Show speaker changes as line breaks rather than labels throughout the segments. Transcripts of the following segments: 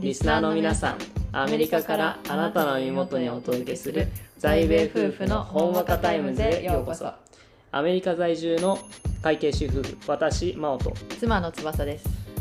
リスナーの皆さんアメリカからあなたの身元にお届けする在米夫婦のほんわかタイムズへようこそアメリカ在住の会計主婦私真央と
妻の翼です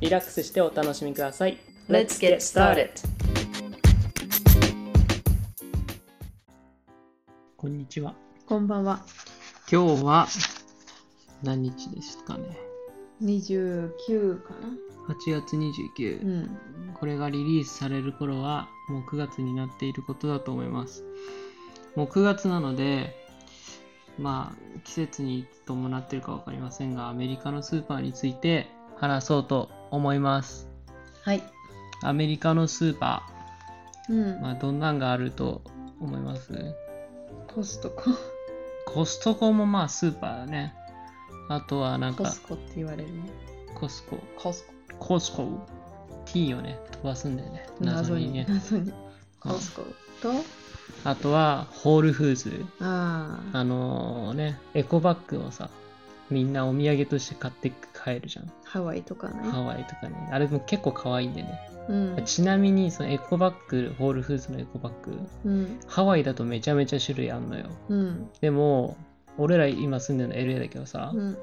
リラックスしてお楽しみください
Let's get started.
こんにちは
こんばんは。
今日は何日ですかね
29かな。
8月29、
うん。
これがリリースされる頃はもう9月になっていることだと思いますもう9月なのでまあ季節に伴ってるか分かりませんがアメリカのスーパーについて話そうと思います
はい。
アメリカのスーパ
うん
ー、。まあ、どんなんがあると思います
コストコ。
コストコもまあスーパーだねあとはなん
コ
か
スコって言われるね。
コスコ
コスコ。
コスコ T をね飛ばすんだよね謎
謎
に
に。
ね
謎に。
うん
コスコと、
あとはホールフーズ
ああ。
あのね、エコバッグをさ、みんなお土産として買って帰るじゃん。
ハワイとか
ハ
ね。
ワイとかね。あれも結構可愛いんだよね。
うん。
ちなみに、そのエコバッグ、ホールフーズのエコバッグ、
うん。
ハワイだとめちゃめちゃ種類あんのよ。
うん。
でも、俺ら今住んでるの LA だけどさ、
うん。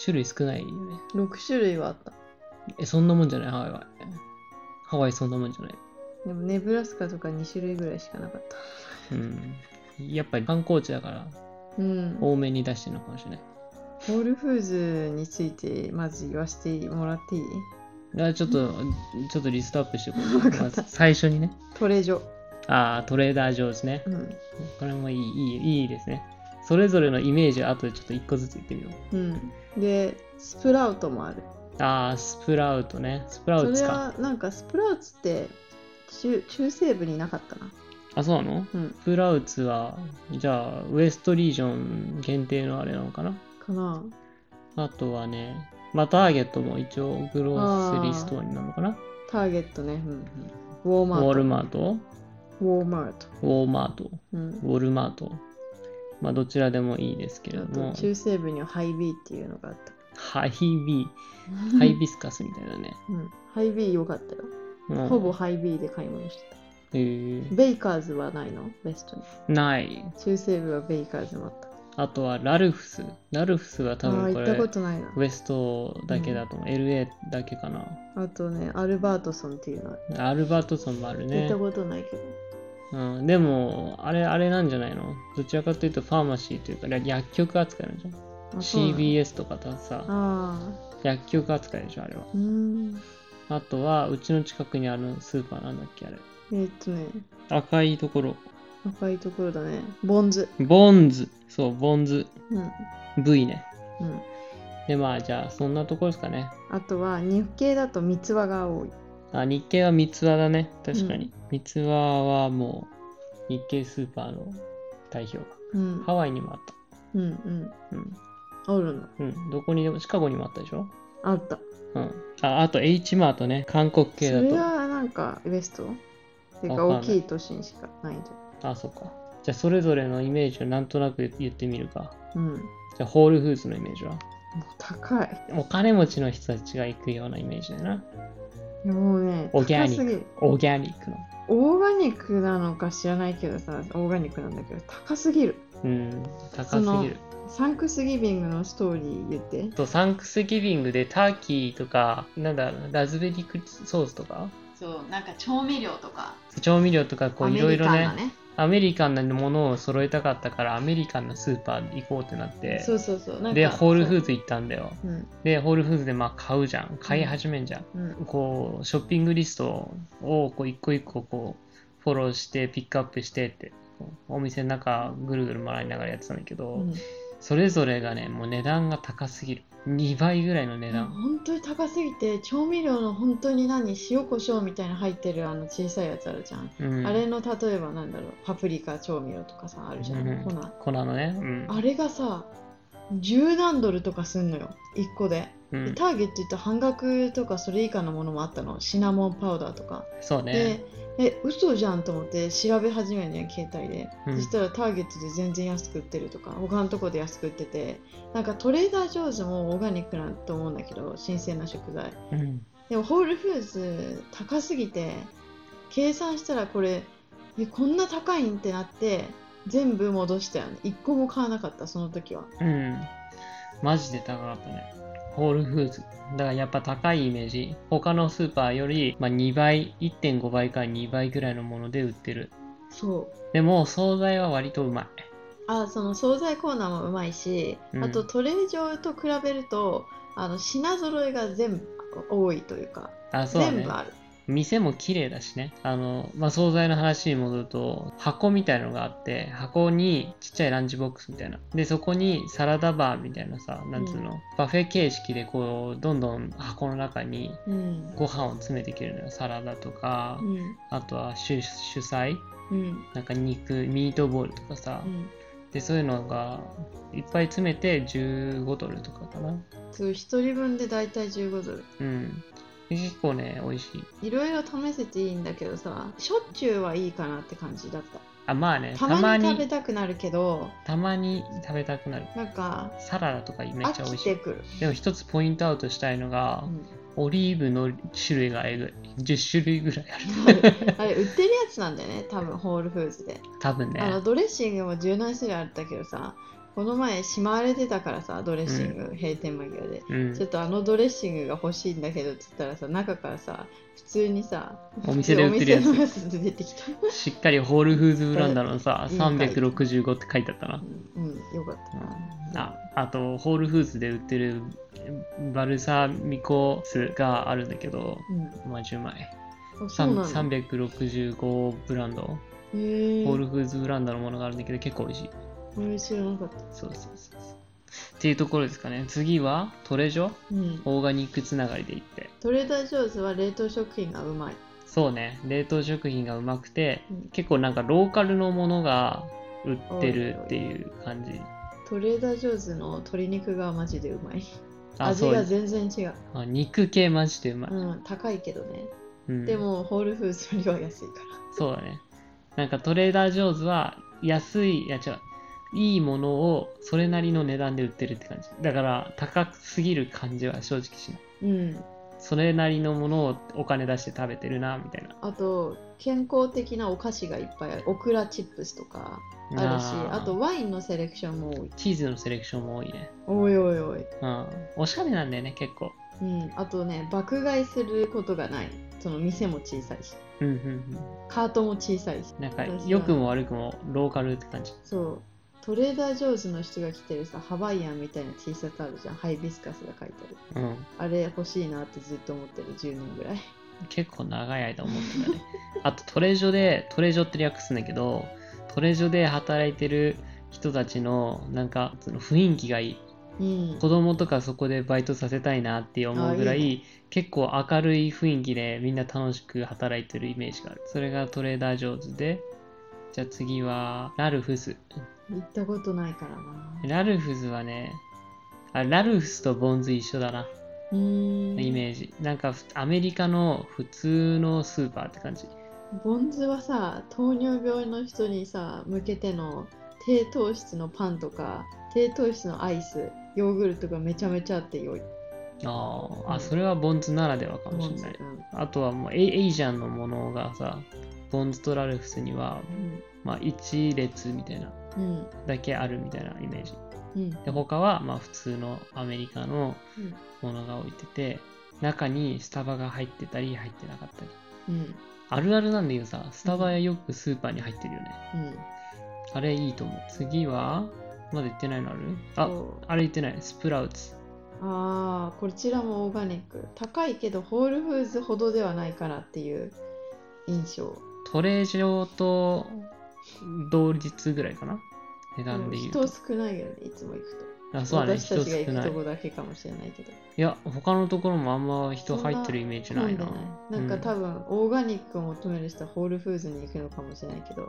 種類少ないよね。
6種類はあった。
え、そんなもんじゃないハワイは。ハワイそんなもんじゃない。
でもネブラスカとか2種類ぐらいしかなかった。
うん。やっぱり観光地だから、
うん。ホ
多めに出してるのかもしれない。
ールフーズについてまず言わせてもらっていい
だからちょっ と、ちょっとリストアップしていこ
わか
う。
った
まず最初にね。
トレジョ。
ああ、トレーダー上ですね
う。ん。
これもいい、いい、いいですね。それぞれのイメージを後でちょっと一個ずつ言ってみよう。
うん。で、スプラウトもある。
ああ、スプラウトね。スプラ
そ
ウ
れ
ツか。
はなんかスプラウツって中中西部になかったな
あ、そうなの
うん
スプラウツは、じゃあ、ウエストリージョン限定のあれなのかな
かな
あとはね、まあ、ターゲットも一応、グロースリーストアになるのかな
ターゲットね、うんうん、ウォー
ウ
マ
ォ
ー
ルマート、
トウォーマート、
ウォーマート、
うん、
ウォルマート。まあ、どちらでもいいですけれど
あ
も
と、中西部にはハイビーっていうのがあった
ハイビー、ハイビスカスみたいなね。
うん、ハイビー良かったよ、
うん
ほぼハイビーで買い物してた
えー
ベイカーズはないのベストに
ない。
中西部はベイカーズもあった
あとはラルフス。ラルフスは多
ああ
分
ー
こ
行っ
れ
たことないな
ウエストだけだと思う。LA だけかな。
あとねアルバートソンっていうのは、
アルバートソンもある
行っ
ね
た。ことないけど
うん、でも、あれ、あれなんじゃないのどちらかというとファーマシーというか、ら薬局扱いなんじゃん。
あそうなの
CBS とかたさ、
あ
薬局扱いでしょ、あれは。
あうん
あとは、うちの近くにあるスーパーなんだっけ、あれ。
えーっとね
赤いところ。
赤いところだねボンズ
ボンズ。そう、ボンズ。
うん、
V ね。
うん、
で、まあ、じゃあ、そんなところですかね。
あとは日系だと三つ葉が多い
あ、日系は三つ葉だね。確か
う
に。三つ葉はもう、日系スーパーの代表。
うん
ハワイにもあっ
うんうん
た。うん。
おるの
うん。どこにでも、シカゴにもあったでしょ
あった
うん。あ、あと H マートね。韓国
そ
系
れ
だ
はなんかウエストて
わ
か
かんない
大きい都心しかないじ
と。あ、そっか。じゃあ、それぞれのイメージをなんとなく言ってみるか。
ゃんうんもう
じゃあ、ホールフーズのイメージは
高い
お金持ちの人たちが行くようなイメージだよな。
いやもうね
オーガ
高
ニッ
す
ク
ぎる
オーガニックの。
オーガニックなのか知らないけどさオーガニックなんだけど高すぎる
うん。高すぎる。
サンクスギビングのストーリー言って
とサンクスギビングでターキーとか、なんだろうな、ラズベリークリソースとか、
そうなんか調味料とか
調味料とかこういろいろね、
ね
アメリカンなものを揃えたかったから、アメリカンのスーパー行こうってなって、
そうそうそうなんか
で、ホールフー
ズ
ズ行ったんだよ。
うん
で、ホールフーズでまあ買うじゃん。買い始めんじゃん。
うん
こう、ショッピングリストをこう一個一個こう、フォローして、ピックアップしてって、こうお店の中ぐるぐる回りながらやってたんだけど、
うん
それぞれがね、もう値段が高すぎる。 2倍ぐらいの値段。
本当に高すぎて調味料の本当に何塩コショウみたいな入ってるあの小さいやつあるじゃん、
うん、
あれの例えばなんだろうパプリカ調味料とかさあるじゃん、
うん
粉
粉のね。うん。
あれがさ10何ドルとかすんのよ1個で、
うん、
ターゲットって半額とかそれ以下のものもあったのシナモンパウダーとか、
そうね。
でえ嘘じゃんと思って調べ始めるね携帯で、
うん
そしたらターゲットで全然安く売ってるとか他のとこで安く売っててなんかトレーダー・ジョーズもオーガニックなんと思うんだけど新鮮な食材
うん。
でもホールフーズ高すぎて計算したらこれえこんな高いんってなって全部戻したよね1個も買わなかったその時は
うん。マジで高かったね。ホールフーズ。だからやっぱ高いイメージ。他のスーパーより、まあ、2倍、1.5倍から2倍ぐらいのもので売ってる。
そう
でも、惣菜は割とうまい。
あその惣菜コーナーもうまいし、
うん
あとトレー上と比べるとあの品揃えが全部多いというか
あ、そうだ
全
ね
部。ある
店も綺麗だしね。あの、まあ、惣菜の話に戻ると、箱みたいのがあって、箱にちっちゃいランチボックスみたいな。で、そこにサラダバーみたいなさ、なんつうの、バフェ形式でこう、どんどん箱の中に
うん
ご飯を詰めていけるのよ。サラダとか
う、ん
あとは主主菜
うん
なんか肉ミートボールとかさ、
うん
でそういうのがいっぱい詰めて15ドルとかかな
そう一人分でだいたい15ドル
うんで結構ね美味しい
いろいろ試せていいんだけどさしょっちゅうはいいかなって感じだった
あまあね
た
た
ま
ま
に食べ
に
たくなるけど
たまに食べたくなる
なんか
サラダとかめっち
飽
ゃ美味
き
しい
てくる、
でも一つポイントアウトしたいのが、オリーブの種類がえぐい10種類ぐらいある
あれ売ってるやつなんだよね多分ホールフーズで、
多分ね
あのドレッシングも十何種類あったけどさこの前しまわれてたからさドレッシング、閉店間際で
うん
ちょっとあのドレッシングが欲しいんだけどって言ったらさ中からさ普通にさ
お店で売ってるやつ
お店のやつ出てき た、
しっかりホールフーズブランドのさ
うんうん
365って書いてあったな
うん、うん、よかった
ああとホールフーズで売ってるバルサミコ酢があるんだけど
うん
マジうまい
あそう
さん
なんだ
365ブランド
へ
ホー
ー
ルフーズブランドのものがあるんだけど結構美味しい
俺知らなかった
そうそうそうそうっていうところですかね次はトレジョ
うん
オーガニックつながりでいって
トレーダー・ジョーズは冷凍食品がうまい
そうね冷凍食品がうまくて
うん
結構なんかローカルのものが売ってるっていう感じ
トレーダー・ジョーズの鶏肉がマジでうまい
あ
味
そ
が
う
全然違う、
あ肉系マジでうまい、
うん、高いけどね、
うん
でもホールフーズよりは安いか
そうだね。なんかトレーダー・ジョーズは安い、いや違う、いいものをそれなりの値段で売ってるって感じ。だから高すぎる感じは正直しない。
らうん
それなりのものをお金出して食べてるな、みたいな。
あと健康的なお菓子がいっぱいあるオクラチップスとかあるし
ー
あと、ワインのセレクションも多い
チーズのセレクションも多いね。
おいおいおい、
うん。おしゃれなんだよね、結構。
うん、あとね爆買いすることがないその店も小さいし
うんうんうん。
カートも小さいし
なんか
確か、に
良くも悪くもローカルって感じ。
そうトレーダー・ジョーズの人が着てるさハワイアンみたいな T シャツあるじゃんハイビスカスが書いてある
うん。
あれ欲しいなってずっと思ってる10年ぐらい
結構長い間思ってたね。 あとトレジョで、トレジョって略すんだけど、トレジョで働いてる人たちのなんかその雰囲気がいい。
うん
子供とかそこでバイトさせたいなって思うぐらい
あい
結構明るい雰囲気でみんな楽しく働いてるイメージがある。それがトレーダー上手で、じゃあ次はラルフス。
行ったことないからな
ラルフスはね、あラルフスとボンズ一緒だな、
うーん
イメージ。なんかふアメリカの普通のスーパーって感じ。
ボンズはさ糖尿病の人にさ向けての低糖質のパンとか低糖質のアイスヨーグルトがめちゃめちゃあって良い
あー
う
あ、
ん
それはボンズならではかもしれない。
ボンズ
あとはもうエイエイジャンのものがさ、ボンズとラルフスには、まあ、1列みたいな、
うんうん
だけあるみたいなイメージ。
うん
で、他はまあ普通のアメリカの
うん
ものが置いてて、中にスタバが入ってたり入ってなかったり。
うん
あるあるなんだけどさ、スタバよくスーパーに入ってるよね。
うん
あれいいと思う。次は、まだ言ってないのあるあ、
そう
あれ言ってない。スプラウツ。
あーこちらもオーガニック高いけどホールフーズほどではないからっていう印象
トレジョと同日ぐらいかな
で
値段
も
で言う
人
と。
少ないよねいつも行く
あそうだね、
私た
人
ちが
少
行く
ない
と。こだけかもしれないけど
いや、他のところもあんま人入ってるイメージな
混
い
んで
な。
ないなんか多分、オーガニックを求める人はホールフーズに行くのかもしれないけど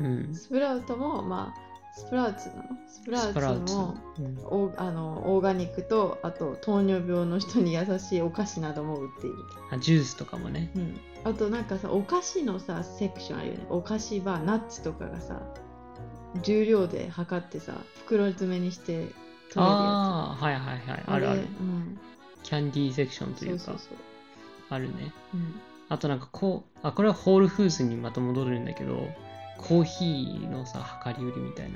うん。
スプラウトもまあスプラウツなのスプラ
スプラ
ウ
ウ
ツ
ツ。
も
うん
オーあのオーガニックとあと糖尿病の人に優しいお菓子なども売っている、
あジュースとかもね。
うん、あとなんかさお菓子のさセクションあるよねお菓子バーナッツとかがさ重量で測ってさ袋詰めにして取れるや
ああ、はいはいはい。
つ
あるあ
れ
る。
うん、
キャンディーセクションとい
そう
う
そ
か
う、そう、
あるね。
うん、
あとなんかこう、あ、これはホールフーズにまた戻るんだけど、コーヒーのさ、量り売りみたい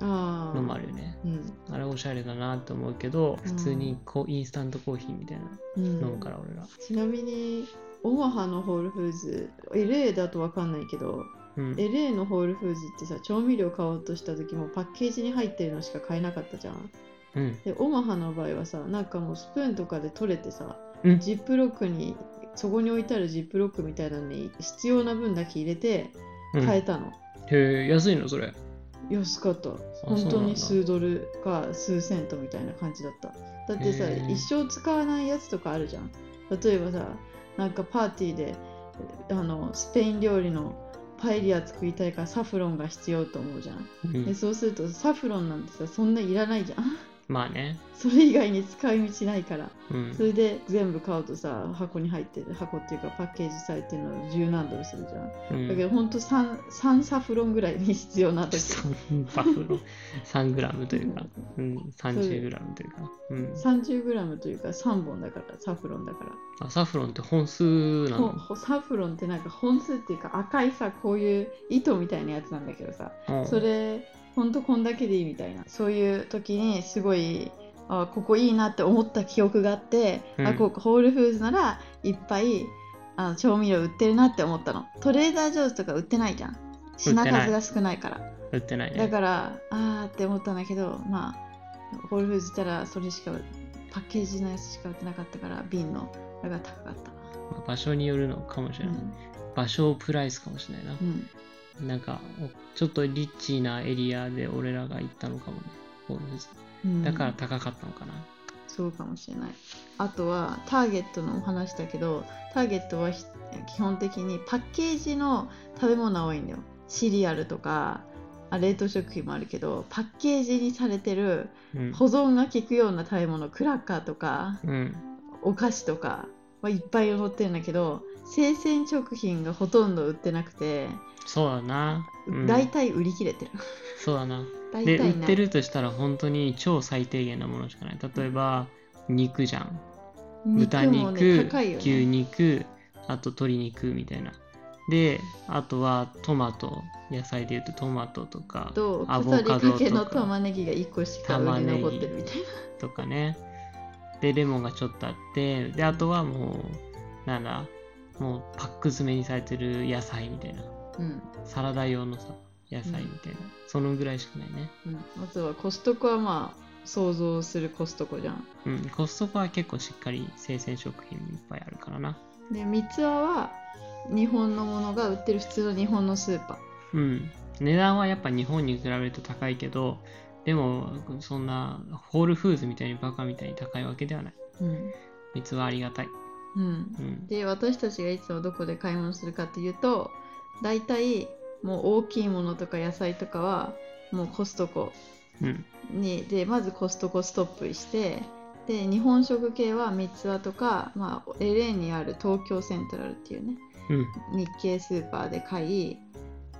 あ
な
あ
のもあるよね。
うん
あれおしゃれだなと思うけど、
うん
普通にこうインスタントコーヒーみたいな
うん、
の飲むから俺ら。
ちなみにオマハのホールフーズ LA だとわかんないけど
うん。
LA のホールフーズってさ調味料買おうとした時もパッケージに入ってるのしか買えなかったじゃん
うん。
でオマハの場合はさなんかもうスプーンとかで取れてさ、
うん
ジップロックにそこに置いてあるジップロックみたいなのに必要な分だけ入れて
うん、
買え
へ
たの、
え、安いのそれ。
安かった本
そう
当
なんだ
に数ドルか数セントみたいな感じだっただってさ
へー
一生使わないやつとかあるじゃん例えばさなんかパーティーであのスペイン料理のパエリア作りたいからサフロンが必要と思うじゃん
う
で
ん。
そうするとサフロンなんてさそんないらないじゃん
まあね。
それ以外に使い道ないから
うん
そ。れで全部買うとさ箱に入ってる箱っていうかパッケージされてるの十何ドルするじゃんだ
うん
けどほんと 3, 3サフロンぐらいに必要な時
3バフ ロ3グラムというか、うん、30グラムというか、うん、
30g というか3本だからサフロンだか
あサフロンって本数
ら、
な
ほ
の
ほサフロンってなんか本数っていうか赤いさこういう糸みたいなやつなんだけどさ
うん
それほんとこんだけでいいみたいなそういう時にすごいあここいいなって思った記憶があって、
うん
あここホールフーズならいっぱいあの調味料売ってるなって思ったのトレーダー・ジョーズとか売ってないじゃん品数が少ないから
売ってないね
だからあーって思ったんだけどまあホールフーズ行ったらそれしかパッケージのやつしか売ってなかったから瓶のだから高かったな
まあ場所によるのかもしれない、場所プライスかもしれないな
う、ん
なんかおちょっとリッチなエリアで俺らが行ったのかもねホールフーズ
うん
だから高かったのかな、
そうかもしれないあとはターゲットのお話だけどターゲットはひ基本的にパッケージの食べ物が多いんだよシリアルとかあ冷凍食品もあるけどパッケージにされてる
うん
保存が効くような食べ物クラッカーとか
うん、
お菓子とかはいっぱい載ってるんだけど生鮮食品がほとんど売ってなくて、
そうだな、うん、
大体売り切れてる
そうだな
大
で
体
売
ない
ってるとしたら本当に超最低限なものしかない例えば肉じゃん豚
肉も
肉、
ね高いよ
牛
ね
肉あと鶏肉みたいなであとはトマト野菜でいうとトマトとか
と
アボ
腐り
カド
かけの
とか
玉ねぎが1個しか売り残ってるみたいな
とかねでレモンがちょっとあってであとはもうなんだもうパック詰めにされてる野菜みたいな
うん
サラダ用のさ野菜みたいな、そのぐらいしかないね
うん、あとはコストコはまあ想像するコストコじゃん
うんコストコは結構しっかり生鮮食品いっぱいあるからな
で三つ輪は日本のものが売ってる普通の日本のスーパー
うん、値段はやっぱ日本に比べると高いけどでもそんなホールフーズみたいにバカみたいに高いわけではない
うん、
三はありがたい、
うん
う、ん、
で私たちがいつもどこで買い物するかっていうと大体もう大きいものとか野菜とかはもうコストコ
うん、
にでまずコストコストップしてで日本食系は三つ輪とか、まあ、LA にある東京セントラルっていうね
うん、
日系スーパーで買い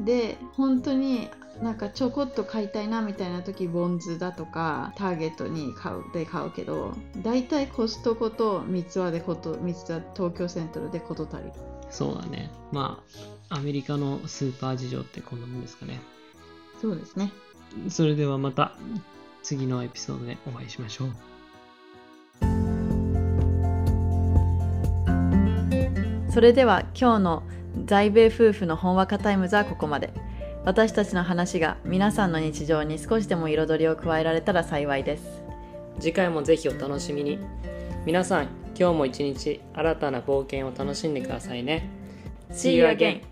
で本当になんかちょこっと買いたいなみたいな時ボンズだとかターゲットに買うで買うけど大体コストコと三つ輪でこと三つ輪東京セントラルでこと足りる
そうだねまあアメリカのスーパー事情ってこんなもんですかね
そうですね
それではまた次のエピソードでお会いしましょう
それでは今日の在米夫婦のほんわかタイムズはここまで私たちの話が皆さんの日常に少しでも彩りを加えられたら幸いです
次回もぜひお楽しみに皆さん今日も一日新たな冒険を楽しんでくださいね
See you again!